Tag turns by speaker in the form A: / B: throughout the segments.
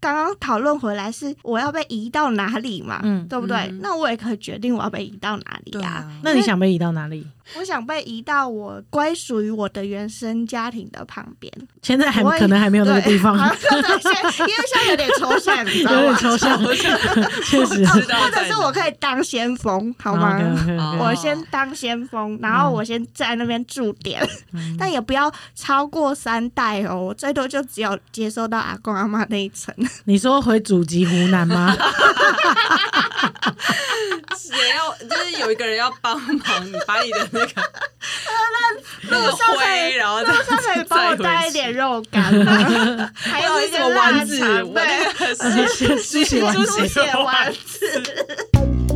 A: 刚刚讨论回来是我要被移到哪里嘛，
B: 嗯
A: 对不对？
C: 嗯
A: 那我也可以决定我要被移到哪里
C: 对
A: 啊。
C: 啊，
B: 那你想被移到哪里？
A: 我想被移到我归属于我的原生家庭的旁 边，
B: 现在还
A: 我也
B: 可能还没有那个地方，
A: 好像对现在因为现在有点抽象，你知
B: 有
A: 道吗？
B: 点
A: 哦
B: 抽象，确实。
C: 知道
A: 或
C: 在
A: 者
C: 哪
A: 是我可以当先锋， 好吗？
B: OK，OK，OK
C: 哦
A: 我先当先锋，然后我先在那边驻点，
B: 嗯
A: 但也不要超过三代哦，我最多就只有接收到阿公阿妈那一层。
B: 你说回祖籍湖南吗？
C: 也要就是有一个人要帮忙，你把你的那 个那个灰，然后
A: 那上可以帮我带一点 肉干吗？还有一
C: 什
A: 个
C: 么
A: 腊
C: 丸子，
A: 肠，
C: 我
A: 对
C: 那， 个是
B: 是 是写完
C: 就
A: 猪血丸子。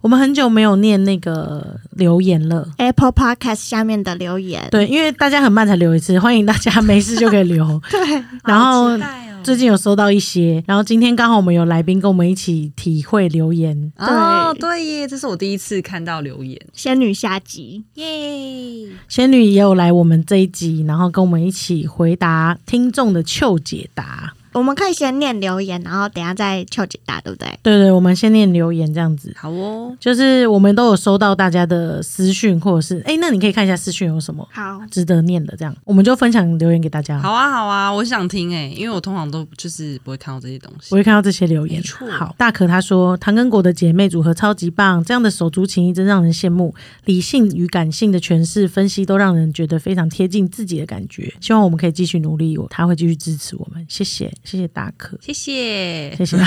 B: 我们很久没有念那个留言了。
A: Apple Podcast 下面的留言，
B: 对，因为大家很慢才留一次，欢迎大家没事就可以留。
A: 对，
B: 然后最
C: 最
B: 近有收到一些，然后今天刚好我们有来宾跟我们一起体会留言，
C: 哦，对耶，这是我第一次看到留言，
A: 仙女下集，
C: 耶！
B: 仙女也有来我们这一集，然后跟我们一起回答听众的求解答。
A: 我们可以先念留言，然后等一下再求解答，对不对？
B: 对对，我们先念留言这样子。
C: 好哦，
B: 就是我们都有收到大家的私讯，或者是哎、那你可以看一下私讯有什么
A: 好，
B: 值得念的，这样我们就分享留言给大家。
C: 好啊，好啊，我想听哎，因为我通常都就是不会看到这些东西
B: 我。会看到这些留言
C: 没。错
B: 好，大可他说唐跟果的姐妹组合超级棒，这样的手足情谊真让人羡慕。理性与感性的诠释分析都让人觉得非常贴近自己的感觉。希望我们可以继续努力，我他会继续支持我们。谢谢，谢谢大 可，
C: 谢谢，
B: 谢谢，很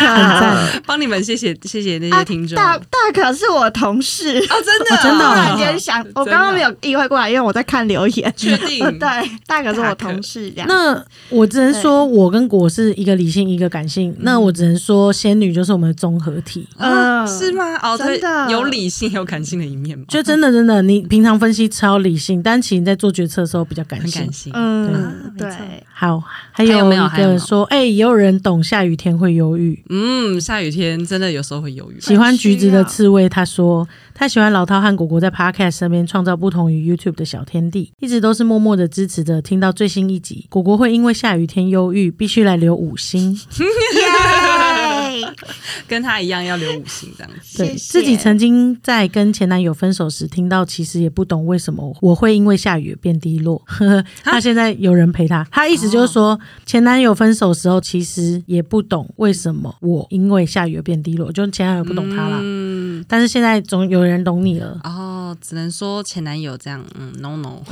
B: 赞。
C: 帮你们谢谢谢谢那些听众
A: 啊大大可是我同事，
C: 哦，真的
B: 哦真的嗯
A: 突
B: 哦
A: 然间想，我刚刚没有意会过来，因为我在看留言。
C: 确定
A: 对， 大可是
C: 大
A: 我
C: 可
A: 同事这样。
B: 那我只能说，我跟果是一个理性，一个感性。那我只能说，仙女就是我们的综合体。
C: 啊
A: 嗯
C: 是吗？哦，
A: 真的
C: 对有理性有感性的一面嘛，
B: 就真的真的，你平常分析超理性，但其实你在做决策的时候比较感
C: 很
B: 性
C: 感。性。
A: 嗯，
C: 对啊没
A: 对，
B: 好，还
C: 还有
B: 有
C: 没有
B: 一
C: 还有
B: 个
C: 没有
B: 说，哎、也有人懂下雨天会忧郁。
C: 嗯，下雨天真的有时候会犹 豫。
B: 喜欢橘子的
A: 很需要
B: 刺猬，他说他喜欢老涛和果果在 Podcast 身边创造不同于 YouTube 的小天地，一直都是默默的支持着。听到最新一集，果果会因为下雨天忧郁，必须来留五星。
A: 耶！
C: 跟他一样要留五星这样 子。
B: 对
A: 谢谢
B: 自己曾经在跟前男友分手时听到，其实也不懂为什么我会因为下雨变低落。 呵呵，他现在有人陪他，他意思就是说，前男友分手时候其实也不懂为什么我因为下雨而变低落，就是前男友不懂他啦。
C: 嗯，
B: 但是现在总有人懂你 了。
C: 哦，只能说前男友这样，嗯，no no，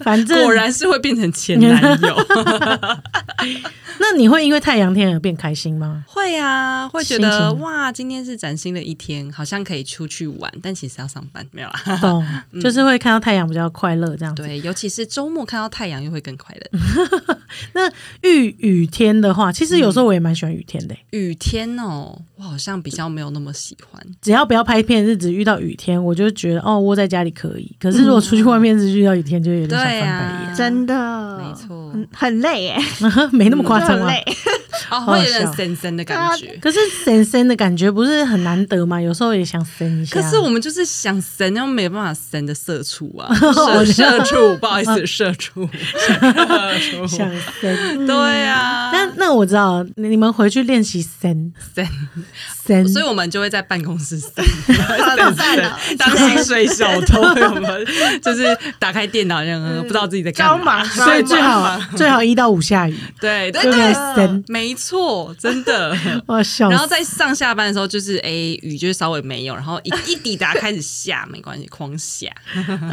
B: 反正
C: 果然是会变成前男 友。
B: 那你会因为太阳天而变开心 吗？
C: 会啊，会觉
B: 心
C: 得
B: 情
C: 哇，今天是崭新的一天，好像可以出去玩，但其实要上班，没有啦。
B: 懂，就是会看到太阳比较快乐哦这样子。
C: 对，尤其是周末看到太阳，又会更快乐。
B: 遇雨天的话，其实有时候我也蛮喜欢雨天的、欸
C: 雨天哦，我好像比较没有那么喜欢。
B: 只要不要拍片日子遇到雨天，我就觉得哦窝在家里可以。可是如果出去外面日遇到雨天，就有点想翻
C: 对
B: 白
C: 啊
B: 眼，，
A: 真的，
B: 嗯
C: 没错
A: 很很累耶，
B: 没那么夸张
C: 嗯
A: 很
B: 啊。
A: 累。
C: 哦，
B: 好
C: 会有点
B: 笑
C: 森森的感
A: 对
C: 觉。
B: 可是神神的感觉不是很难得吗？有时候也想神一下。
C: 可是我们就是想神，又没办法神的社畜啊，
B: 我
C: 社
B: 觉得
C: 社畜，不好 意思，社畜，社畜
B: 想神。
C: 对啊，
B: 那那我知道，你你们回去练习神
C: 神
B: 神，
C: 所以我们就会在办公 室
A: 好赞
B: 啊
A: 哦
C: 当薪水小偷，我们 就是打开电脑，然
B: 嗯
C: 后不知道自己在干
A: 招
C: 嘛
A: 忙。
B: 所以最好最好一到五下雨，
C: 对对
B: 就
C: 对，啊
B: 变神。
C: 没错，真 的。
B: 我笑死。
C: 然后在上下班的时候，就是哎、雨就是稍微没有，然后一一抵达开始下，没关系，狂下。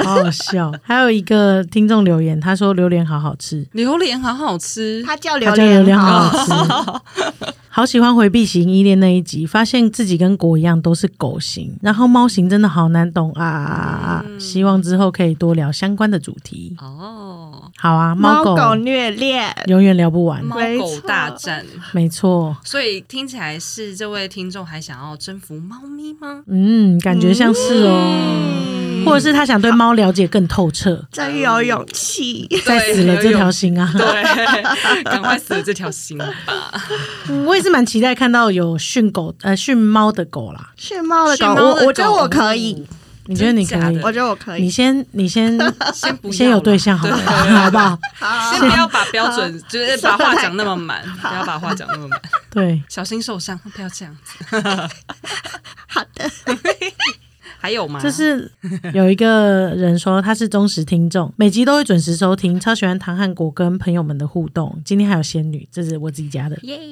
B: 好好笑。还有一个听众留言，他说榴莲好好吃，
C: 榴莲好好吃，
A: 他叫
B: 他
A: 榴
B: 家榴莲哦
A: 好
B: 好好 吃。好喜欢回避型依恋那一集，发现自己跟果一样都是狗型，然后猫型真的好难懂啊啊啊！啊
C: 嗯
B: 希望之后可以多聊相关的主题。
C: 哦，
B: 好啊，
A: 嗯猫
B: 狗
A: 狗虐恋，
B: 永远聊不完，
C: 猫
A: 没
C: 狗
A: 错
C: 大战。
B: 没错。
C: 所以听起来是这位听众还想要征服猫咪吗？
B: 嗯，感觉像是哦。
A: 嗯
B: 或者是他想对猫了解更透彻，
A: 真有勇气。
C: 嗯
B: 再死了这条心啊！
C: 对，赶快死了这条心吧。
B: 我也是蛮期待看到有训狗呃训猫的狗啦。
A: 是猫的
C: 是
A: 狗，
C: 猫的
A: 我我觉得
C: 狗嗯
A: 我可以，
B: 你觉得你可
C: 真假
B: 以
C: 的？
A: 我觉得我可
B: 你
A: 以。
B: 先你先
C: 先不要啦
B: 先有对象好了，好不好？
A: 好，
C: 先不要把标准，就是把话讲那么满， 不要把话讲那么满，
B: 对，
C: 小心受伤，不要这样子。
A: 好的，
C: 还有吗？
B: 就是有一个人说他是忠实听众，每集都会准时收听，超喜欢唐汉果跟朋友们的互动。今天还有仙女，这是我自己加的。
A: 耶！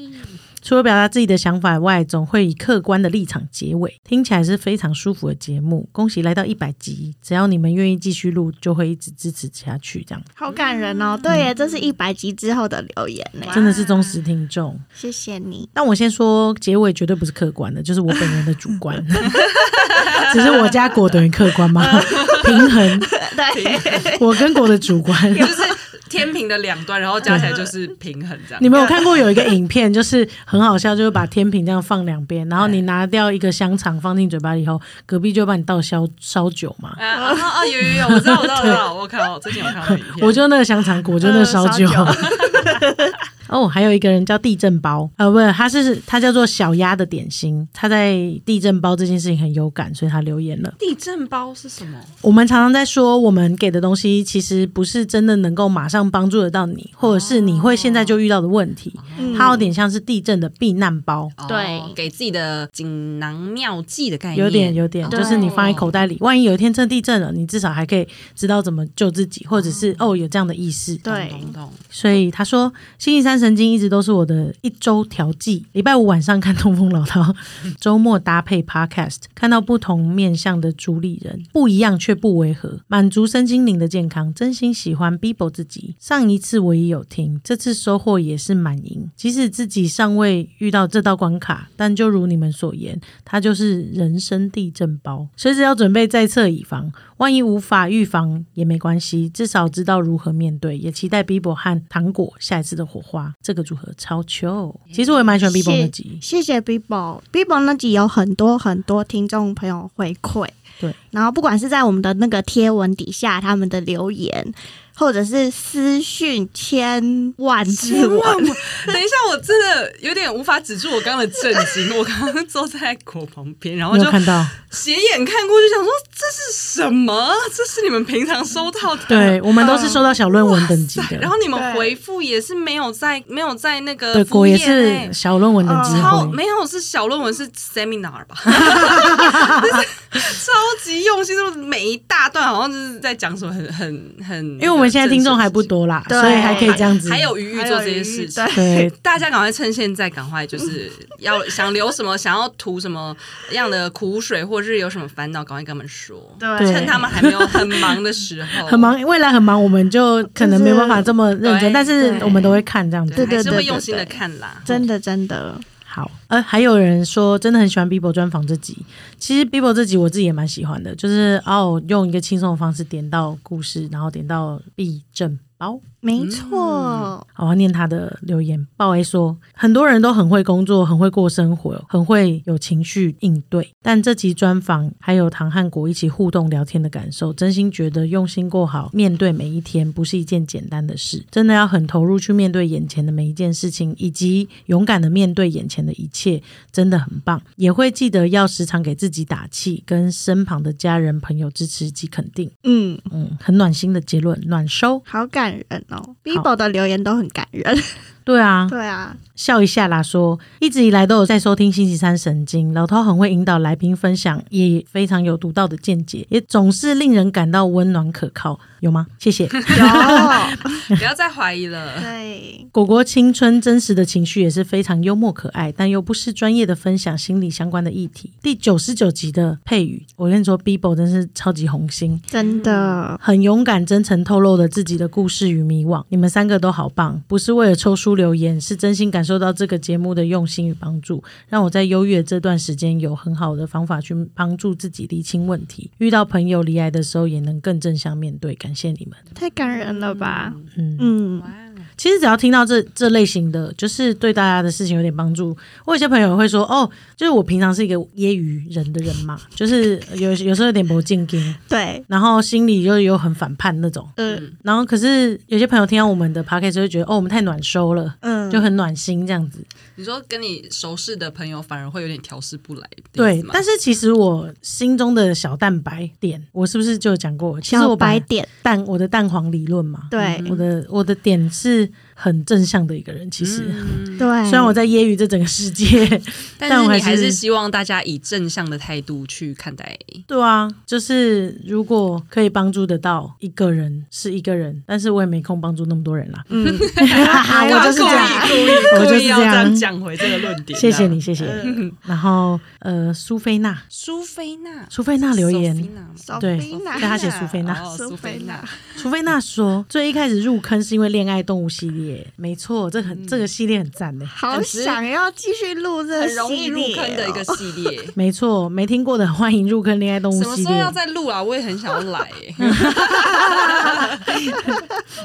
B: 除了表达自己的想法外，总会以客观的立场结尾，听起来是非常舒服的节目。恭喜来到一百集，只要你们愿意继续录，就会一直支持下去。这样
A: 好感人
C: 嗯
A: 哦。对耶，这是一百集之后的留言呢，
B: 真的是忠实听众。
A: 谢谢 你。
B: 但我先说，结尾绝对不是客观的，就是我本人的主观， 只是我加果等于客观吗？ 平衡，
A: 对，
B: 我跟果的主观。
C: 就是天平的两端，然后加起来就是平衡这 样。
B: 你们有看过有一个影片，就是很好笑，就是把天平这样放两边，然后你拿掉一个香肠放进嘴巴里以后，隔壁就会帮你倒烧烧酒嘛。
C: 啊啊啊！有有有，我知道，我知道，我知道，我看到最近有看到影片，
B: 我就那个香肠果，就那个烧酒。
A: 呃烧
B: 哦，还有一个人叫地震包，呃，不是，他是他叫做小鸭的点心，他在地震包这件事情很有感，所以他留言了。
C: 地震包是什么？
B: 我们常常在说，我们给的东西其实不是真的能够马上帮助得到你，或者是你会现在就遇到的问题，
A: 嗯
B: 它有点像是地震的避难包。
A: 对
C: 哦给自己的锦囊妙计的概念，哦
B: 有点有点，
C: 对
B: 就是你放在口袋里，万一有一天真地震了，你至少还可以知道怎么救自己，或者是哦有这样的意识。
A: 对
C: 懂懂懂。
B: 所以他说，星期三神经一直都是我的一周调剂。礼拜五晚上看《东风老饕》，周末搭配 Podcast，看到不同面向的主理人，不一样却不违和，满足身心灵的健康。真心喜欢 Bibo 自己。上一次我也有听，这次收获也是满盈。即使自己尚未遇到这道关卡，但就如你们所言，它就是人生地震包，随时要准备再测以防。万一无法预防也没关系，至少知道如何面对。也期待 Bibo 和糖果下一次的火花，这个组合超球。其实我也蛮喜欢 Bibo 那集，
A: 谢谢 Bibo，Bibo 那集有很多很多听众朋友回馈，
B: 对，
A: 然后不管是在我们的那个贴文底下，他们的留言，或者是私讯千万字文，
C: 等一下，我真的有点无法止住我刚刚的震惊。我刚刚坐在狗旁边，然后
B: 你
C: 就
B: 有看到？
C: 斜眼看过，就想说这是什么？这是你们平常收到的？
B: 对，我们都是收到小论文等级的，
C: 嗯然后你们
A: 对
C: 回复也是没有在没有在那个
B: 对
C: 服
B: 果
C: 务
B: 也
C: 业内
B: 是小论文等级
C: 超
B: 回。
C: 没有是小论文是 seminar 吧， 就是超级用心，就是每一大段好像就是在讲什么很很很，
B: 因为我们现在听众还不多啦，
A: 对
B: 所以还可以这样子。
C: 还有余裕做这些事情
A: 还有余裕。
B: 对，
C: 大家赶快趁现在，赶快就是要想留什么，想要吐什么样的苦水，或是有什么烦恼，赶快跟他们说。
B: 对
C: 趁他们还没有很忙的时候，
B: 很，忙，未来很忙，我们就可能没有办法这么认真，
C: 对
B: 但是我们都会看这样子。
C: 对，还
A: 对
C: 是
A: 对
C: 会
A: 对
C: 用心的
A: 对
C: 看啦。
A: 真的真的，
B: 好，呃，还有人说真的很喜欢 Bibo 专访这集，其实 Bibo 这集我自己也蛮喜欢的，就是哦，用一个轻松的方式点到故事，然后点到避震包。
A: 没错，
B: 好我要念他的留言。鲍威说，很多人都很会工作，很会过生活，很会有情绪应对。但这集专访还有唐汉国一起互动聊天的感受，真心觉得用心过好面对每一天，不是一件简单的事，真的要很投入去面对眼前的每一件事情，以及勇敢的面对眼前的一切，真的很棒。也会记得要时常给自己打气，跟身旁的家人朋友支持及肯定。
A: 嗯，
B: 嗯，很暖心的结论，暖收。
A: 好感人哦，Bibo 的留言都很感人，
B: 对啊，
A: 对 啊，
B: 笑一下啦，说一直以来都有在收听星期三神经，老涛很会引导来宾分享，也非常有独到的见解，也总是令人感到温暖可靠，有吗？谢谢。
A: 有，
C: 不要再怀疑了。
A: 对，
B: 果果青春真实的情绪也是非常幽默可爱，但又不失专业的分享心理相关的议题。第九十九集的配语，我跟你说，Bibo 真是超级红心，
A: 真的，
B: 很勇敢、真诚透露了自己的故事与迷惘。你们三个都好棒，不是为了抽书留言，是真心感受到这个节目的用心与帮助，让我在优越这段时间有很好的方法去帮助自己厘清问题，遇到朋友离癌的时候也能更正向面对。感谢你们，
A: 太感人了吧，
B: 嗯。
A: 嗯，
C: 哇
B: 其实只要听到这这类型的，就是对大家的事情有点帮助。我有些朋友会说，哦，就是我平常是一个揶揄人的人嘛，就是有有时候有点不正经，
A: 对，
B: 然后心里又有很反叛那种。
A: 呃
B: 然后可是有些朋友听到我们的 p o d c a s t 就会觉得，哦，我们太暖收了，
A: 嗯，
B: 就很暖心这样子。
C: 你说跟你熟识的朋友反而会有点调试不来，
B: 对，
C: 但
B: 但是其实我心中的小蛋白点，我是不是就有讲过？其实
A: 小
B: 我把
A: 白点，
B: 蛋我的蛋黄理论嘛，
A: 对
B: 我的我的点是很正向的一个人。其实、
A: 对，
B: 虽然我在揶揄这整个世界， 但
C: 嗯但
B: 我
C: 是
B: 还
C: 你还
B: 是
C: 是希望大家以正向的态度去看待。
B: 对啊，就是如果可以帮助得到一个人是一个人，但是我也没空帮助那么多人啦。
A: 嗯，
B: 我就是这样
C: 故意故
B: 我
C: 意
B: 就
C: 故
B: 是
C: 意要
B: 这
C: 这
B: 样
C: 样讲回这个论点。
B: 谢谢
C: 这样
B: 你，，谢谢。然后呃，苏菲娜，
C: 苏菲娜，
B: 苏菲娜留言。
A: 小
B: 对
A: 冰 啊
B: 对她写苏菲娜
C: 哦苏菲娜，
B: 苏菲娜
C: 嗯
B: 说，最一开始入坑是因为恋爱动物系列，没错，这
C: 嗯
B: 很、这个系列很赞的。
A: 好想要继续录这个
C: 很容易
A: 系
C: 入
A: 列
C: 坑的一个
A: 哦
C: 系列。
B: 没错，没听过的欢迎入坑恋爱动物
C: 什么
B: 系
C: 时候
B: 列
C: 要。再录啊？我也很想要来、 欸。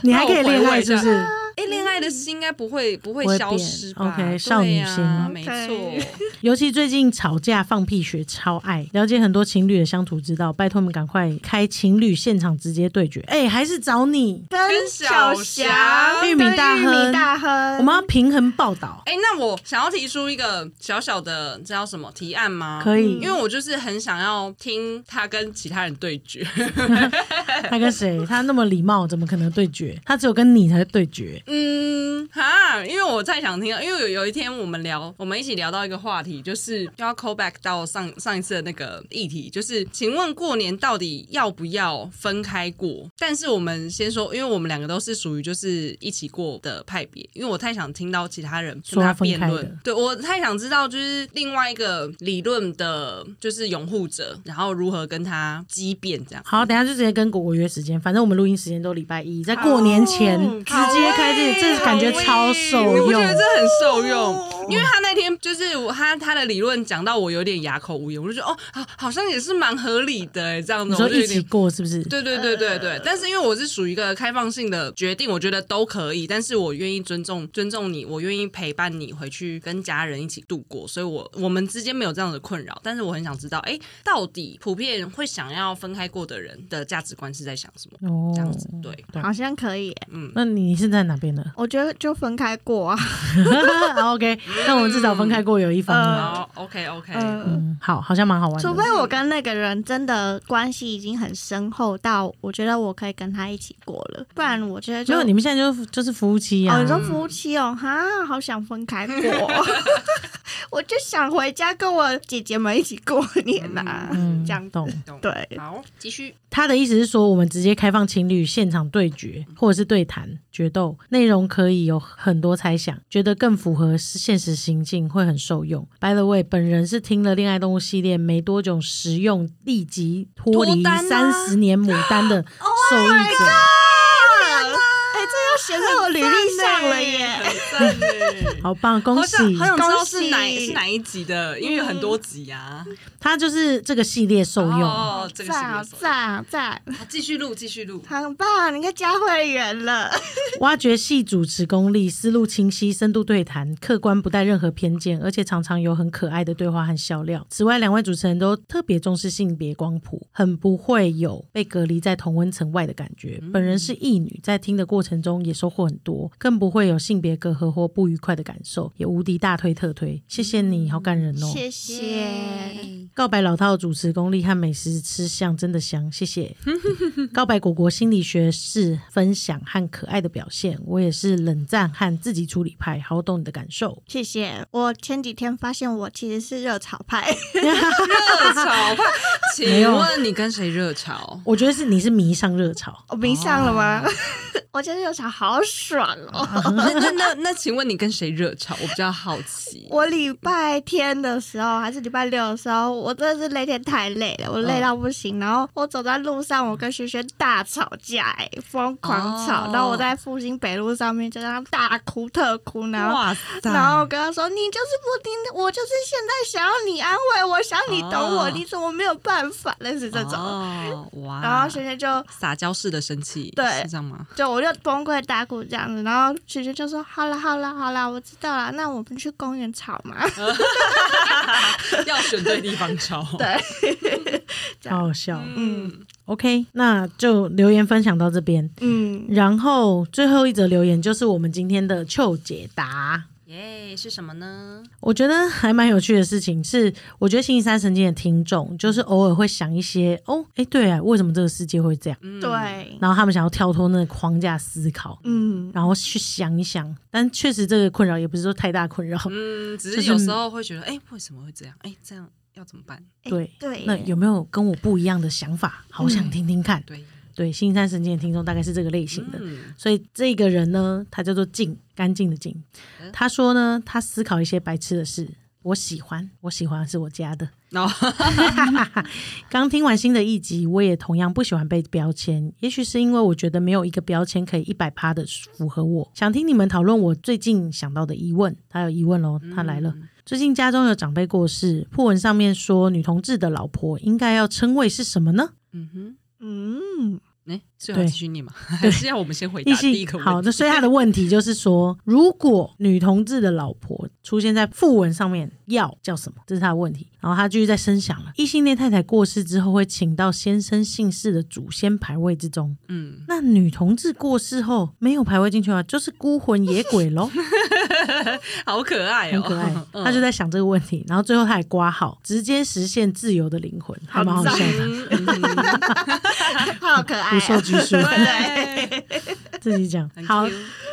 B: 你还可以恋爱，是不
C: 那我回味
B: 是？
C: 哎、恋爱的心应该不会不会
B: 不会
C: 消失吧
B: 变
C: 对
B: OK，少女
C: 啊
B: 心
C: 没
A: OK
C: 错。
B: 尤其最近吵架放屁学超爱，了解很多情侣的相处之道。拜托你们赶快开情侣现场直接对决。哎、还是找你，
A: 跟小霞、
B: 玉米大
A: 跟玉
B: 亨
A: 米大亨，
B: 我们要平衡报道，
C: 哎、那我想要提出一个小小的，这叫什么提案吗？
B: 可以
C: 嗯因？为我就是很想要听他跟其他人对决，
B: 他跟谁？他那么礼貌，怎么可能对决？他只有跟你才对决。
C: 嗯哈，因为我太想听了，因为有有一天我们聊，我们一起聊到一个话题，就是就要 call back 到上上一次的那个议题，就是请问过年到底要不要分开过？但是我们先说，因为我们两个都是属于就是一起过的派别，因为我太想听到其他人跟
B: 说要
C: 他
B: 分
C: 辩
B: 开的
C: 论，对我太想知道就是另外一个理论的，就是拥护者，然后如何跟他激辩这样。
B: 好，等一下就直接跟果果约时间，反正我们录音时间都礼拜一，在过年前
C: 哦
B: 直接开这，这感觉超受
C: 你不觉
B: 用
C: 得。这很受用？因为他那天就是我他他的理论讲到我有点哑口无言，我就觉得哦，好，好像也是蛮合理的哎，这样子
B: 你
C: 我
B: 说
C: 就有
B: 一起
C: 点。
B: 过是不是？
C: 对对对对对，但是因为我是属于一个开放性的决定，我觉得都可以，但是我愿意尊重尊重你，我愿意陪伴你回去跟家人一起度过，所以我我们之间没有这样的困扰，但是我很想知道，哎，到底普遍会想要分开过的人的价值观是在想什么？
B: 哦
C: 这样子对，
A: 好像可以耶，
C: 嗯，
B: 那你是在哪边呢
A: 我觉得就分开过啊，
B: 好？OK，那我们至少分开过有一方
C: 嗯
B: 了。
C: 好，OK OK，
A: 嗯。
B: 嗯，好，好像蛮好玩的。
A: 除非我跟那个人真的关系已经很深厚到，我觉得我可以跟他一起过了，不然我觉得就
B: 没有，你们现在就就是夫妻啊。
A: 哦，你说夫妻哦，哈，好想分开过， 我就想回家跟我姐姐们一起过年呐、啊，
B: 嗯
A: 这样子
B: 懂。
A: 对
C: 好，继续。
B: 他的意思是说，我们直接开放情侣现场对决或者是对谈决斗，内容可以有很多猜想，觉得更符合现实情境会很受用。By the way，本人是听了《恋爱动物》系列没多久，实用立即脱离
C: 脱单
B: 三
C: 啊 Oh
B: 十年牡丹的受益者。
A: 哎、这又写在我履历上了耶！
C: 很赞耶！
B: 好棒，恭
C: 好
B: 喜！
C: 想好想知道
A: 恭喜
C: 是哪是哪一集的，因为有很多集啊。
B: 他就是这个系列受
A: 嗯
B: 用。
C: 哦，这个
A: 赞啊
C: 是
A: 赞啊赞，
C: 好继续录，继续 录。
A: 很棒，你看加会员了，
B: 挖掘系主持功力，思路清晰，深度对谈，客观不带任何偏见，而且常常有很可爱的对话和笑料。此外，两位主持人都特别重视性别光谱，很不会有被隔离在同温层外的感觉。本人是异女，在听的过程中也收获很多，更不会有性别隔阂或不愉快的感受，也无敌大推特推。谢谢你，好感人哦！
A: 谢谢。
B: 告白老套的主持功力和美食吃相真的香，谢谢。告白果果心理学是分享和可爱的表现，我也是冷战和自己处理派，好懂你的感受。
A: 谢谢。我前几天发现我其实是热炒派，
C: 热潮派，
B: 没有
C: 请问你跟谁热潮？
B: 我觉得是你是迷上热 潮，
A: 啊我迷上了吗？我觉得热炒好爽哦！
C: 那那那，那请问你跟谁热吵？我比较好奇。
A: 我礼拜天的时候还是礼拜六的时候，我真的是那天太累了，我累到不行。然后我走在路上，我跟轩轩大吵架、哎，疯狂吵。
C: 哦
A: 然后我在复兴北路上面就让他大哭特哭，然后。
C: 哇塞！
A: 然后我跟他说：“你就是不听，我就是现在想要你安慰我，想你懂我，
C: 哦
A: 你怎么没有办法？”类似这种。
C: 哦、哇，
A: 然后轩轩就
C: 撒娇式的生气，
A: 对
C: 是这样吗？
A: 就我就崩溃大哭这样子，然后雪雪就说：“好了好了好了，我知道了，那我们去公园吵嘛。
C: 要选对地方吵。
A: 对
B: 超好笑。
C: 嗯，
B: OK，那就留言分享到这边。”
A: 嗯，
B: 然后最后一则留言就是我们今天的秋解答。
C: 耶、是什么呢？
B: 我觉得还蛮有趣的事情是，我觉得星期三神经的听众就是偶尔会想一些哦，哎，对啊，为什么这个世界会这样？
C: 嗯，
A: 对，
B: 然后他们想要跳脱那个框架思考，
A: 嗯，
B: 然后去想一想。但确实这个困扰也不是说太大困扰，
C: 嗯，只
B: 就是是
C: 有时候会觉得，哎、为什么会这样？哎、这样要怎么办？
A: 诶
B: 对
A: 哎对，
B: 那有没有跟我不一样的想法？好想
C: 嗯
B: 听听看。
C: 对，
B: 对，星期三神经的听众大概是这个类型的。
C: 嗯，
B: 所以这个人呢，他叫做静，干净的静
C: 嗯。
B: 他说呢，他思考一些白痴的事，我喜欢，我喜欢是我家的。
C: 然后
B: 刚听完新的一集，我也同样不喜欢被标签，也许是因为我觉得没有一个标签可以一百趴的符合我。想听你们讨论我最近想到的疑问，他有疑问喽，
C: 嗯
B: 他来了。最近家中有长辈过世，破文上面说女同志的老婆应该要称谓是什么呢？
C: 嗯哼，
A: 嗯，
C: 哎、最好
B: 对
C: 继续念嘛，还 是要我们先回
B: 异
C: 答
B: 性
C: 第一个问题？
B: 好，那所以他的问题就是说，如果女同志的老婆出现在副文上面，要叫什么？这是他的问题。然后他继续在深想了，异性恋太太过世之后会请到先生姓氏的祖先牌位之中，
C: 嗯，
B: 那女同志过世后没有排位进去啊，就是孤魂野鬼 喽，
C: 好可爱
B: 很
C: 哦，
B: 可爱。 他就在想这个问题，然后最后他还刮好，直接实现自由的灵魂，还蛮好笑的。
C: 嗯嗯嗯
A: 好可 爱、
B: 不受
A: 啊，
B: 拘束，
C: 对，
B: 自己讲。
C: 很
B: 好，
C: cute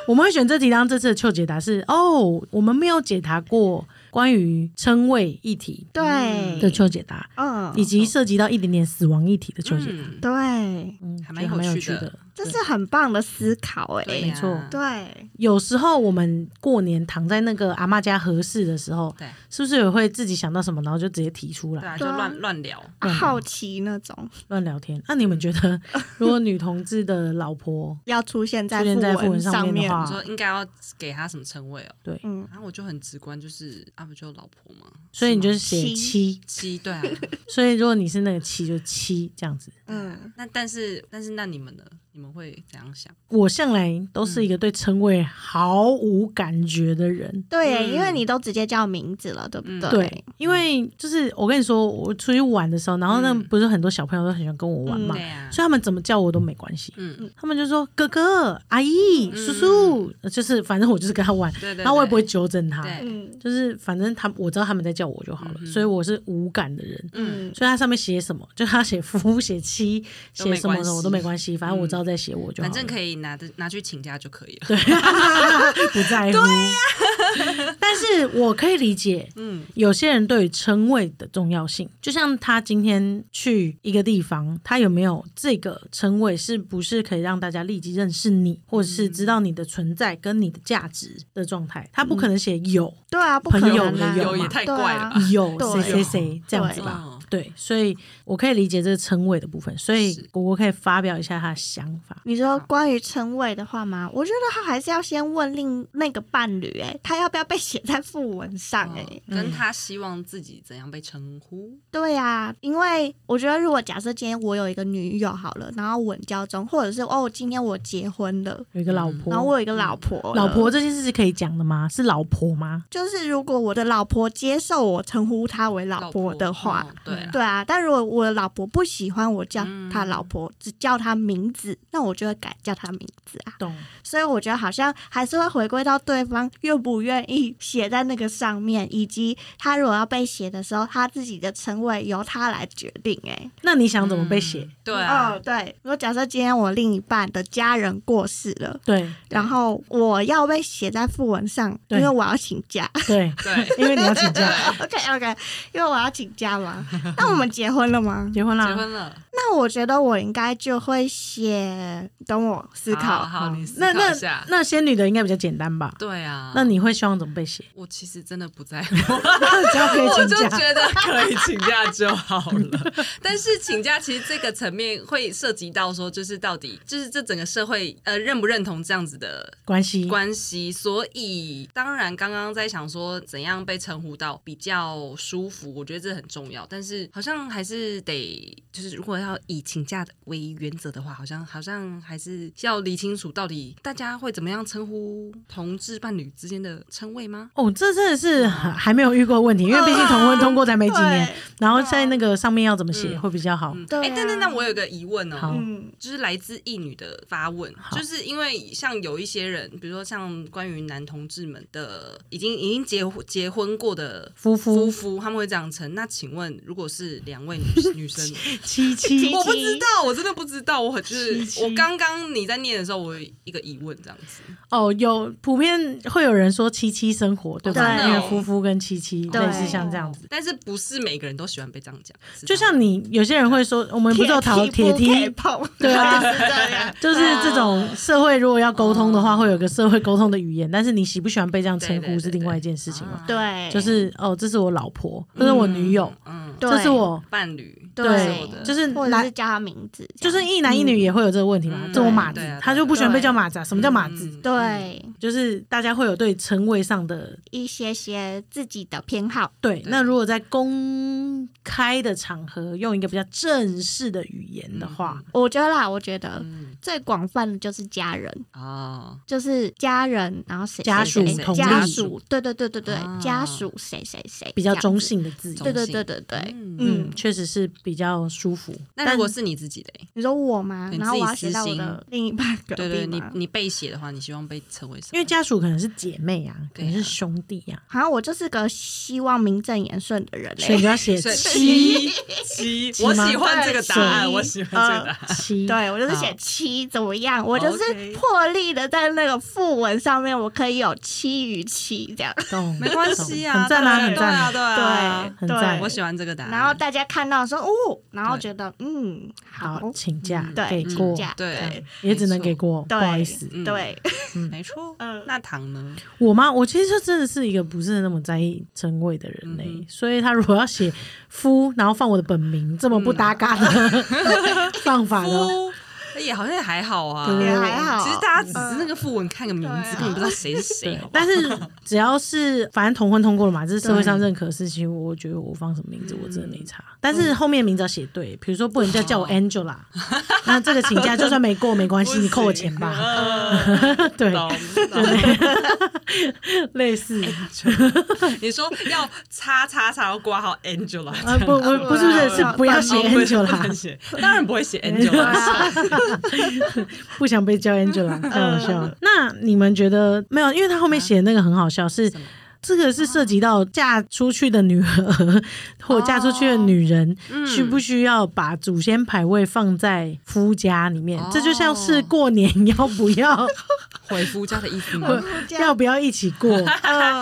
B: 我们会选这题当这次的秋解答是哦，我们没有解答过关于称谓议题
A: 对，
B: 的秋解答，
A: 嗯，
B: 以及涉及到一点点死亡议题的秋解答。
C: 哦嗯，
A: 对，
B: 嗯，
C: 还
B: 觉得
C: 蛮有
B: 有
C: 趣
B: 趣
C: 的
B: 的。
A: 这是很棒的思考、
C: 对啊
A: 哎，
C: 呀
B: 没错
A: 对，
B: 有时候我们过年躺在那个阿妈家合适的时候，
C: 对
B: 是不是也会自己想到什么，然后就直接提出
C: 对
B: 来
C: 啊，就乱乱聊，
B: 对
A: 好奇那种
B: 乱聊天？那、你们觉得，
C: 嗯
B: 如果女同志的老 婆，
A: 要出现在
B: 出现在
A: 副
B: 副
A: 文
B: 文上
A: 上
B: 面的话
C: 你说应该要给他什么称谓哦？
A: 嗯，
C: 然后我就很直观，就是啊，不就老婆吗？
B: 所以你就是写
A: 妻
B: 妻，
C: 七对啊，
B: 所以如果你是那个妻，就妻这样子。
A: 嗯，
C: 那但是但是那你们呢？你们会怎 样想？
B: 我向来都是一个对称谓毫无感觉的人，
A: 对、
C: 嗯
A: 因为你都直接叫名字了，对不
C: 嗯
A: 对？
B: 对，因为就是我跟你说，我出去玩的时候，然后那
C: 嗯
B: 不是很多小朋友都很喜欢跟我玩嘛，
C: 对啊，
B: 所以他们怎么叫我都没关系。
C: 嗯，
B: 他们就说哥哥、阿姨、叔叔，呃就是反正我就是跟他玩，
C: 对对，
B: 然后我也不会
C: 对，
B: 纠正他，
C: 对
A: 嗯
B: 就是反正他我知道他们在叫我就好了，
C: 嗯哼
B: 所以我是无感的人。
C: 嗯，
A: 嗯
B: 所以他上面写什么，就他写夫、写妻、
C: 都没
B: 写什么
C: 关
B: 的
C: 系嗯
B: 我都没关系，反正我知道在写我就好
C: 反
B: 了。
C: 正可以拿的拿去请假就可以了。
B: 对， 不在乎。 但是我可以理解
C: 嗯，
B: 有些人对于称谓的重要性，就像他今天去一个地方，他有没有这个称谓，是不是可以让大家立即认识你，或者是知道你的存在跟你的价值的状态？他不可能写有
A: 对啊，不可
B: 朋友
A: 能啊，
B: 的
C: 有也太
A: 对啊
C: 怪了吧？
B: 有
A: 对
B: 谁谁谁这样子吧。
C: 哦
B: 对，所以我可以理解这个称谓的部分，所以
C: 是
B: 果果可以发表一下他的想法。
A: 你说关于称谓的话吗？我觉得他还是要先问另那个伴侣、哎，他要不要被写在副文上、哎、
C: 哦跟他希望自己怎样被称呼，
A: 对呀、因为我觉得如果假设今天我有一个女友好了，然后稳交中，或者是哦，今天我结婚了，
B: 有一个老婆，
A: 嗯然后我有一
C: 嗯
A: 个老婆了，
B: 老婆这件事是可以讲的吗？是老婆吗？
A: 就是如果我的老婆接受我称呼她为老婆的话，
C: 哦对啊，
A: 对啊，但如果我的老婆不喜欢我叫
C: 嗯
A: 她老婆，只叫她名字，那我就会改叫她名字啊。
B: 懂。
A: 所以我觉得好像还是会回归到对方愿不愿意写在那个上面，以及他如果要被写的时候，他自己的称谓由他来决定、哎，
B: 那你想怎么被写？
C: 嗯？对啊，
A: 哦，对。如果假设今天我另一半的家人过世
C: 嗯
A: 了，
B: 对
A: 然后我要被写在副文上，因
B: 对
A: 为我要请假。
B: 对，
C: 对，
B: 因为你要请 假，
A: OK OK，因为我要请假嘛。那我们结婚了吗？
B: 结婚啦，
C: 结婚了，
A: 那那我觉得我应该就会写，等我思考。嗯
C: 好好，你思
B: 那
C: 考
B: 那
C: 一下。
B: 那仙女的应该比较简单吧？
C: 对啊，
B: 那你会希望怎么被 写？
C: 我其实真的不在乎，
B: 只要可以
C: 我
B: 请
C: 就
B: 假，
C: 觉得可以请假就好 了。但是请假其实这个层面会涉及到说，就是到底就是这整个社会呃认不认同这样子的
B: 关系
C: 关系，所以当然刚刚在想说怎样被称呼到比较舒服，我觉得这很重要。但是好像还是得就是如果要以请假为原则的话，好像好像还是要理清楚到底大家会怎么样称呼同志伴侣之间的称谓吗？
B: 哦，这真的是还还没有遇过问题，因
C: 啊
B: 为毕竟同婚通过才没几年
A: 对，
B: 然后在那个上面要怎么写
C: 嗯
B: 会比较好。
A: 对啊
C: 哎、但但但我有个疑问哦、
B: 好
A: 嗯，
C: 就是来自一女的发问，就是因为像有一些人，比如说像关于男同志们的已经已经结婚结婚过的
B: 夫
C: 夫
B: 夫
C: 妇，他们会这样称。那请问，如果是两位女 女生，
B: 七七
C: 我不知道，我真的不知道，我很就是
B: 七七
C: 我刚刚你在念的时候，我有一个疑问这样子。
B: 哦，有普遍会有人说七七生活，对吧？
A: 对
C: 哦
B: 那个夫夫跟七七
A: 对
B: 类似像这样子。
C: 但是不是每个人都喜欢被这样讲？是这
B: 就
C: 样吗
B: 像你有些人会说，我们不是有讨铁
A: 不可以
B: 梯，
A: 碰，
B: 对啊
A: 就是这样。
B: 就是这种社会如果要沟通的话，会有个社会沟通的语言，但是你喜不喜欢被这样称
C: 对对
B: 呼
C: 对
B: 是另外一件事情嘛。
A: 对，
B: 就是哦，这是我老婆，这嗯是我女友，
C: 嗯，
A: 对
B: 这是我
C: 伴侣
A: 对
C: 这是我的
B: 就是
A: 或者
B: 男
A: 是叫他名字这
B: 就
A: 样，
B: 是一男一女也会有这个问题嘛，
C: 嗯
B: 这我马子
C: 对啊对啊，
B: 他就不喜欢被叫马子啊。什么叫马子？
C: 嗯
A: 对
B: 就是大家会有对称谓上的
A: 一些些自己的偏好。
B: 对。那如果在公开的场合用一个比较正式的语言的话，
A: 我觉得啦，我觉得
C: 嗯
A: 最广泛的就是家人，
C: 哦，
A: 就是家人，然后谁
B: 家
A: 谁
C: 属
A: 谁
C: 同
A: 家
B: 意
A: 属，对对对对对，
C: 啊
A: 家属谁谁谁
B: 比较
A: 这样
B: 中
A: 子，
B: 性的字眼
A: 对对
C: 中
A: 对
C: 性
A: 对对，嗯
C: 嗯
B: 嗯，，确实是比较舒服。
C: 那如果是你自己的欸，
A: 你说我吗？
C: 你
A: 然后
C: 自己
A: 我要写
C: 私
A: 到我
C: 心
A: 的另一半隔
C: 对
A: 壁
C: 对，你
A: 吗？
C: 你被写的话，你希望被称为什么？
B: 因为家属可能是姐妹啊，可
C: 对啊
B: 能是兄弟啊，
A: 好像我就是个希望名正言顺的人欸嘞
B: 所以你。就要写
C: 啊所以
B: 七
C: 七
B: 七
C: 我
B: 吗
C: 喜欢这个答案，
A: 对
C: 我喜欢这个答案。
B: 七。
A: 对，我就是写
C: 好
A: 七怎么样？我就是
C: OK
A: 破例的在那个副文上面，我可以有七与七这样。
B: 懂，
C: 没关系啊，
B: 懂 很赞啊，很
C: 对对
B: 赞
C: 啊，
B: 啊。
C: 对啊，
B: 很
A: 对
B: 赞
C: 我喜欢这个答案。
A: 然后大家看到说哦，然后
C: 对
A: 觉得嗯好
C: 啊
B: 好，，请
C: 嗯
B: 假嗯
A: 对
B: 给
A: 请
B: 过，
A: 假
C: 对，
B: 也只能给过，不
A: 对
B: 好意思。
C: 嗯
A: 对，
C: 没错。
A: 嗯
C: 那糖呢？
B: 我吗？我其实就真的是一个不是那么在意称谓的人嘞、
C: 嗯
B: 所以他如果要写夫，然后放我的本名，这么不搭嘎的、 放法呢？
C: 嗯夫也好像也还好啊，
B: 对嗯
A: 也还好。
C: 其实大家只是那个副文看个名字，
A: 对啊
C: 根本不知道谁是谁
B: 对。，但
C: 但
B: 是只要是反正同婚通过了嘛，这是社会上认可的事情，我觉得我放什么名字我真的没差。但是后面名字要写对，比如说不能再叫我 Angela，那这个请假就算没过没关 系，你扣我钱
C: 啊
B: 吧。 嗯对，
C: 嗯懂懂
B: 类似。
C: 你说要叉叉叉，要挂号 Angela，
B: 啊不不不是不是是不要写
C: 哦不是不
B: Angela，
C: 能写，当然不会写 Angela。
A: 对啊
B: 不想被叫 Angela，太好笑了。那你们觉得没有？因为他后面写的那个很好笑，是
C: 什么
B: 这个是涉及到嫁出去的女儿或嫁出去的女人，需不需要把祖先牌位放在夫家里面？
C: 哦
B: 这就像是过年要不要
C: 回夫家的意思
B: 嗯
C: 吗？
A: 嗯啊
B: 要不要一起过，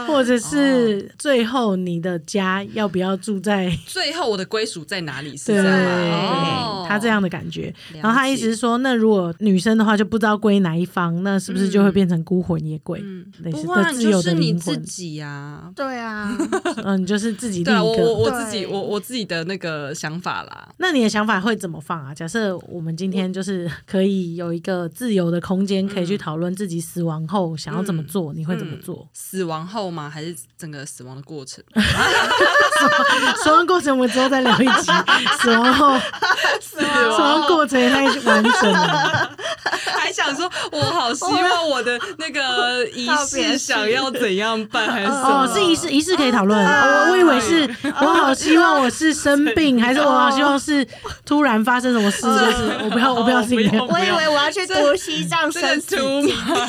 B: 或者是最后你的家要不要住在？
C: 最后我的归属在哪里？是
B: 对
C: 这
B: 对
C: 样吗哦
B: 对，他这。样的感觉。
C: 了
B: 然后他意思是说，那如果女生的话就不知道归哪一方，那是不是就会变成孤魂野鬼？类似
C: 嗯不会啊，
B: 的
C: 你
B: 自由的
C: 就是你
B: 灵
C: 自
B: 魂，
C: 己啊。
A: 对 啊，
B: 嗯，你就是自己
C: 对
B: 另
C: 啊，
B: 一
C: 我我
B: 个。
C: 我
A: 对
C: 自己我我自己的那个想法啦。
B: 那你的想法会怎么放啊？假设我们今天就是可以有一个自由的空间，可以
C: 嗯
B: 去讨论自己死亡后想要怎么做，你会怎么做？
C: 死亡后吗？还是整个死亡的过程？
B: 死亡过程我们之后再聊一集，死亡后
C: 死
B: 死亡过程也太完整了。
C: 还想说，我好希望我的那个仪
A: 告别
C: 式
A: 式
C: 想要怎样办，还是什么
B: 哦，是仪式，仪式可以讨论。哦我我以为是，我好希望我是生病，还是我好希望是突然发生什么事，就是我不要，我不要自己
C: 不要
A: 我以为我要去读西藏
C: 这个
A: 生
C: too much。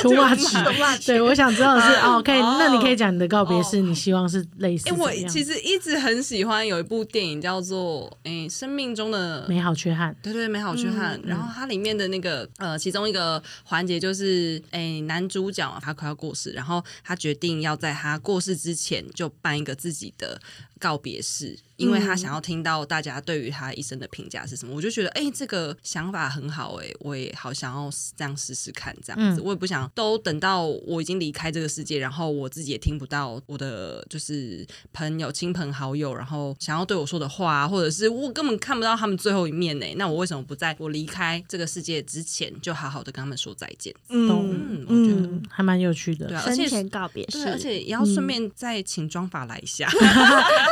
B: too
A: too
B: much。
A: much
B: 对，我想知道的是哦，可以，
C: 哦
B: 那你可以讲你的告别式，你希望是类似
C: 哎、
B: 怎么
C: 我
B: 样？
C: 其实一直很喜欢有一部电影叫做《哎、生命中的
B: 美好缺憾，
C: 对对，美好缺憾。然后它里面的那个呃，其中一个环节就是，哎，男主角他快要过世，然后他决定要在他过世之前就办一个自己的告别式，因为他想要听到大家对于他一生的评价是什么。我就觉得，哎、这个想法很好、哎，我也好想要这样试试看，这样子。我也不想都等到我已经离开这个世界，然后我自己也听不到我的就是朋友、亲朋好友，然后想要对我说的话，啊或者是我根本看不到他们最后一面呢、哎那我为什么不在我离开这个世界之前，就好好的跟他们说再见？嗯
A: 嗯，
C: 我觉得。
B: 嗯，还蛮有趣
C: 对
B: 的，
C: 啊，而
A: 生
C: 且
A: 前嗯告别
C: 对，
A: 式，
C: 而且也要顺便再请妆法来 一下，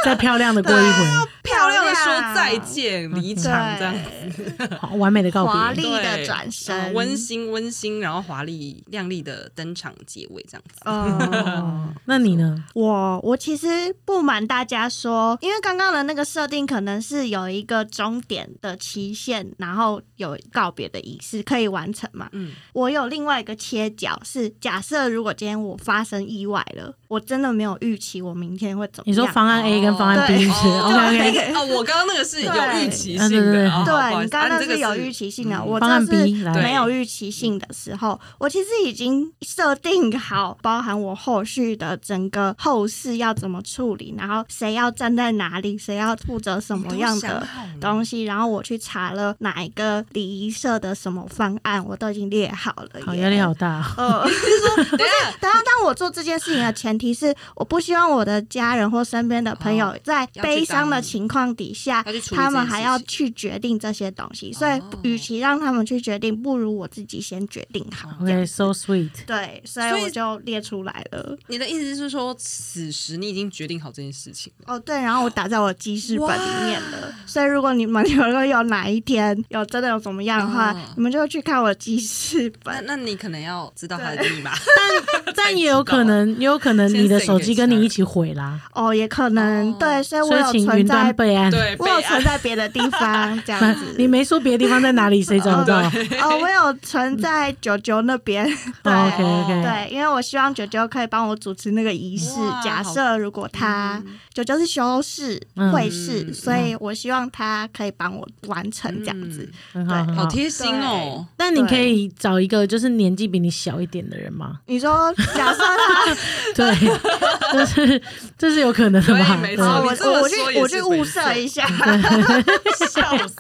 B: 再漂亮的过一回，
C: 漂亮的说再见，离场 这样子，
B: 好完美的告
A: 华
B: 别。
A: 丽的
C: 对
A: 转
C: 嗯
A: 身，
C: 温馨温馨，然后华丽亮丽的登场结尾这样子。
A: 哦。
B: 那你呢？
A: 我我其实不瞒大家说，因为刚刚的那个设定可能是有一个终点的期限，然后有告别的仪式可以完成嘛。
C: 嗯，
A: 我有另外一个切角是，假设如果今天我发生意外了，我真的没有预期我明天会怎么样。
B: 你说方案 A 跟方案 B
A: 对
B: 是 OK OK，
C: 哦，我刚刚那个是有预期
B: 对
C: 性的，哦不好
A: 对
C: 意
A: 你
C: 思
A: 刚刚
C: 啊你
A: 那
C: 这个
A: 是有预期性的，
C: 嗯
A: 我
B: 方案
A: 这是
B: B 来
A: 没有预期性的时候，我其实已经设定好，包含我后续的整个后事要怎么处理，然后谁要站在哪里，谁要负责什么样
C: 啊
A: 的。东西，然后我去查了哪一个礼仪社的什么方案，我都已经列好了耶。
B: 好压力好大哦。
A: 呃，
C: 等一下，
A: 当然，当我做这件事情的前提是，我不希望我的家人或身边的朋友
C: 哦
A: 在悲伤的情况底下
C: 要去处，理
A: 他们还要去决定这些东西，所以
C: 哦
A: 与其让他们去决定，不如我自己先决定好。
B: 哦
A: 这样
B: OK，so sweet。
A: 对，所以
C: 所以
A: 我就列出来了。
C: 你的意思是说，此时你已经决定好这件事情了？
A: 哦，对，然后我打在我记事本里面了。所以如果你们 有有有哪一天有真的有怎么样的话，
C: 哦
A: 你们就去看我记事
C: 那
A: 本。
C: 那你可能要知道他的密码，
B: 但也有可能，也有可能你的手机跟你一起毁啦，
A: 哦，也可能、
C: 哦
A: 对，所以我
B: 所以
A: 有
B: 请
A: 存
B: 云
A: 在
B: 端，备案。
C: 对，
A: 我有
C: 备案
A: 存在别的地方，这样子。
B: 你没说别的地方在哪里，谁找得到
A: 哦，我有存在九九那边，对、
B: ？OK
C: 哦
B: OK，
A: 对，因为我希望九九可以帮我主持那个仪式
C: 哇。
A: 假设如果他九九、是修饰
B: 嗯
A: 会试，
C: 嗯
A: 所以我希望他可以帮我完成这样子。
B: 很
C: 嗯
B: 好
A: 对
B: 很
C: 好
B: 好。
C: 贴心哦。
B: 但你可以找一个就是年纪比你小一点的人吗？
A: 你说假设 他，
B: 对，这是这是有可能的吧？
C: 对
B: 对
C: 没错
A: 好，我
C: 你这么
A: 哦我我去
C: 说也是
A: 我去物色
C: 没错
A: 一 下。
C: 笑死！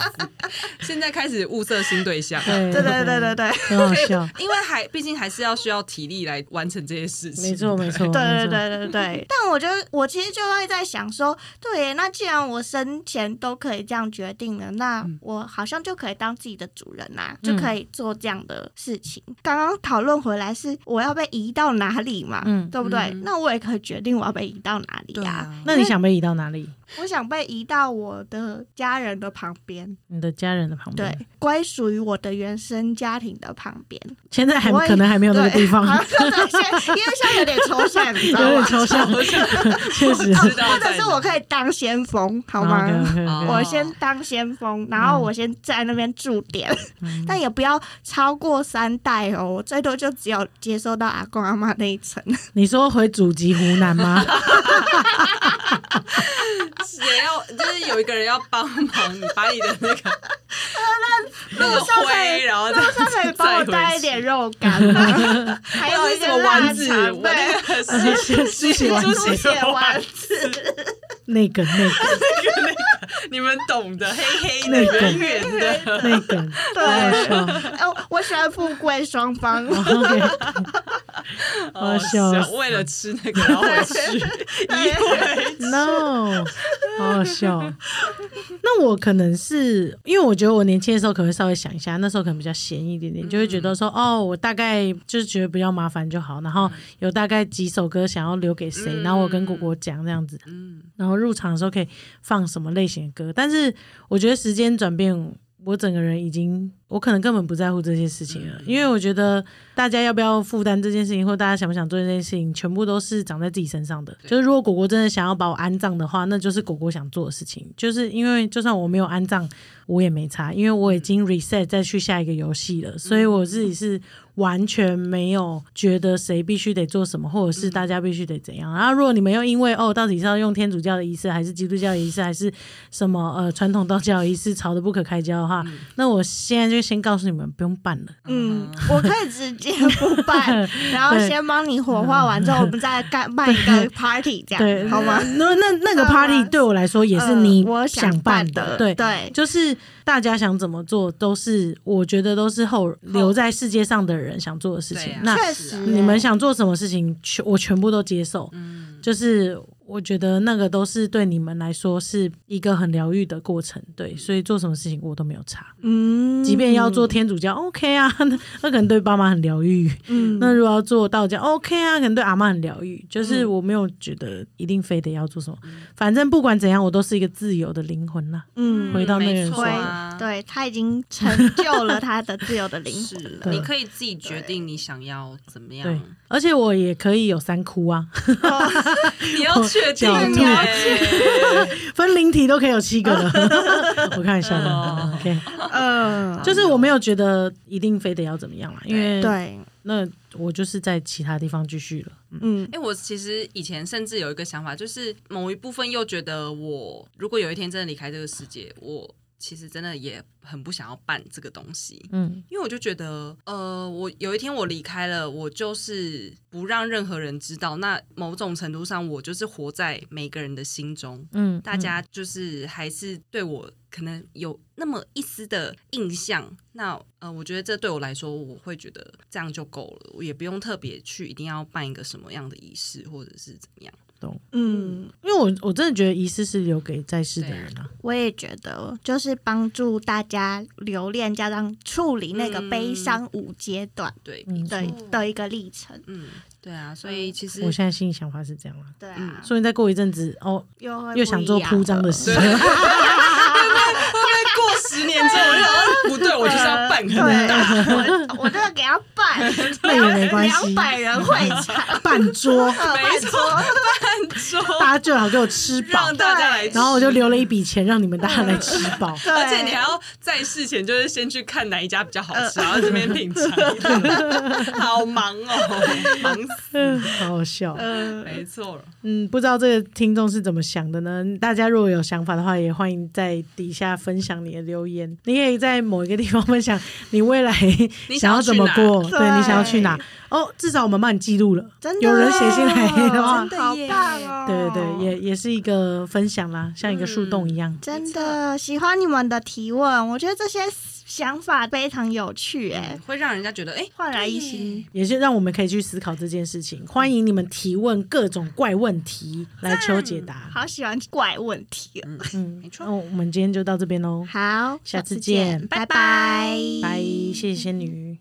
C: 现在开始物色新对象，
B: 对
A: 对对对对，对，
B: 很好笑。
C: 因为还毕竟还是要需要体力来完成这些事情。
B: 没错没错，
A: 对对
B: 没错，
A: 对对对，哦 但我觉得我其实就会在想说，对耶，那既然我生前都可以这样决定了，那我好像就可以当自己的主人啦、就可以做这样的事情。刚刚讨论回来是我要被移到哪里嘛，
B: 嗯
A: 对不对？
C: 嗯
A: 那我也可以决定我要被移到哪里
C: 对
A: 呀、
C: 啊，
B: 那你想被移到哪里？
A: 我想被移到我的家人的旁边，
B: 你的家人的旁边？
A: 对，归属于我的原生家庭的旁边。
B: 现在还
A: 我也
B: 可能还没有那个地方
A: 对， 好像因为现在有点抽象，你知
B: 有
A: 道
B: 点
A: 吗？
B: 抽象， 确实。
C: 知道
A: 哦或者
C: 在
A: 是
C: 哪
A: 我可以当先锋，好哦吗？
B: OK，OK，OK
A: 我先当先锋，然后我先在那边驻点，但也不要超过三代哦，我最多就只有接收到阿公阿妈那一层。
B: 你说回祖籍湖南吗？
C: 也要就是有一个人要帮忙，把你的那 个那个
A: 上才
C: 灰，然后再
A: 那 他可以帮我带一点肉干吗？ 还有一
C: 什
A: 些
C: 么
A: 腊
C: 丸子，
A: 肠，
C: 我 那
A: 对，
C: 个是
B: 是是
A: 猪
C: 猪血
A: 血丸
C: 丸，
A: 子，
B: 那个那个
C: 你们 懂的，黑黑
B: 那
C: 的
B: 个
C: 圆圆的。
B: 那个，
A: 对。
B: 好
A: 哦，我喜欢富贵双方，
B: 笑。OK，
C: 哦
B: 我 笑死
C: 是为了吃那个，然后 回去，因为
B: No，好好笑哦。那我可能是因为我觉得我年轻的时候可能会稍微想一下，那时候可能比较闲一点点，就会觉得说，哦，我大概就是觉得比较麻烦就好，然后有大概几首歌想要留给谁，然后我跟果果讲这样子，然后入场的时候可以放什么类型的歌，但是我觉得时间转变。我整个人已经，我可能根本不在乎这些事情了，因为我觉得大家要不要负担这件事情，或大家想不想做这件事情，全部都是长在自己身上的。就是如果果果真的想要把我安葬的话，那就是果果想做的事情。就是因为就算我没有安葬，我也没差，因为我已经 reset 再去下一个游戏了，所以我自己是完全没有觉得谁必须得做什么，或者是大家必须得怎样。然啊后如果你们又因为哦，到底是要用天主教的仪式，还是基督教的仪式，还是什么呃传统道教的仪式，吵得不可开交的话，那我现在就就先告诉你们不用办了。
A: 嗯，我可以直接不 办，然后先帮你火化完之后，我们再干办一个 party 这
B: 对，
A: 样，好吗？
B: 那那那 个
A: 好吗
B: party 对我来说也是
A: 呃
B: 你
A: 我
B: 想
A: 办
B: 办
A: 的，
B: 对
A: 对，
B: 就是大家想怎么做，都是我觉得都是后留在世界上的人想做的事
C: 对
B: 情。
C: 啊
B: 那
A: 确
C: 是
A: 实
C: 啊，
B: 你们想做什么事情，全我全部都接受。
C: 嗯，
B: 就是我觉得那个都是对你们来说是一个很疗愈的过程，对，所以做什么事情我都没有差。
A: 嗯，
B: 即便要做天主教，OK 啊， 那那可能对爸妈很疗愈；
A: 嗯，
B: 那如果要做道教，OK 啊，可能对阿妈很疗愈。就是
A: 嗯
B: 我没有觉得一定非得要做什么，反正不管怎样，我都是一个自由的灵魂啦。
A: 嗯
B: 回到那个
C: 没
B: 人
C: 错
A: 回
C: 啊，
A: 对他已经成就了他的自由的灵
C: 是
A: 魂
B: 对
C: 你可以自己决定你想要怎么
B: 对
C: 样，，
B: 而且我也可以有三哭啊，
A: 了。
C: 你要确定
B: 角度
C: 耶，
B: 分灵体都可以有七个了。 我看一下
C: 哦
B: 的，OK，
C: 啊
A: 嗯，
B: 就是我没有觉得一定非得要怎么样啦，因为
A: 对，
B: 那我就是在其他地方继续了。
A: 嗯
C: 哎、，我其实以前甚至有一个想法，就是某一部分又觉得我如果有一天真的离开这个世界，我其实真的也很不想要办这个东西。
B: 嗯，
C: 因为我就觉得，呃，我有一天我离开了，我就是不让任何人知道。那某种程度上，我就是活在每个人的心中，
B: 嗯，
C: 大家就是还是对我可能有那么一丝的印象。那呃，我觉得这对我来说，我会觉得这样就够了，我也不用特别去一定要办一个什么样的仪式，或者是怎么样。
A: 嗯，
B: 因为我我真的觉得仪式是留给在世的人啊，
A: 我也觉得，就是帮助大家留恋加上处理那个悲
C: 嗯
A: 伤五阶段
C: 对，
B: 嗯，
A: 的的一个历程。
C: 嗯，对啊，所以其实
B: 我现在心里想法是这样啦、
A: 对
C: 嗯
A: 啊，
B: 说不定再过一阵子哦，
A: 又会
B: 又想做铺张的 事
C: 对，，会不会过十年之后，我就想到不对，我就是要办
A: 不
C: 很
A: 一样
C: 大，
A: 了。对，我我这个给他 办，
B: 那也没关
A: 两
B: 系，
A: 百人会场，
B: 办桌，
C: 没错，办桌，
B: 大家最好给我吃饱
C: 让，大家来吃
B: 然后我就留了一笔钱让你们大家来吃饱。
A: 对
C: 而且你还要在事前就是先去看哪一家比较好吃，然后这边品尝，好忙哦，忙死，
B: 嗯，好好笑。
A: 呃，
C: 没错，
B: 嗯，不知道这个听众是怎么想的呢？大家如果有想法的话，也欢迎在底下分享你的留言。你也可以在某一个地方分享你未来想
C: 你想
B: 要
C: 要
B: 怎
C: 去
B: 么
C: 哪
B: 过，
A: 对
B: 对你想要去哪。哦，至少我们帮你记录了，
A: 真的
B: 有人写信来的话
A: 真，的好棒哦！
B: 对对对，也也是一个分享啦，像一个树洞一样。
A: 真的喜欢你们的提问，我觉得这些想法非常有趣、哎，
C: 会让人家觉得哎，
A: 焕然一新。
B: 也是让我们可以去思考这件事情，欢迎你们提问各种怪问题来求解答。
A: 好喜欢怪问题哦、
B: 嗯，
C: 没错
B: 那我们今天就到这边喽，
A: 好，
B: 下次见
A: 拜
B: 拜，谢谢仙女。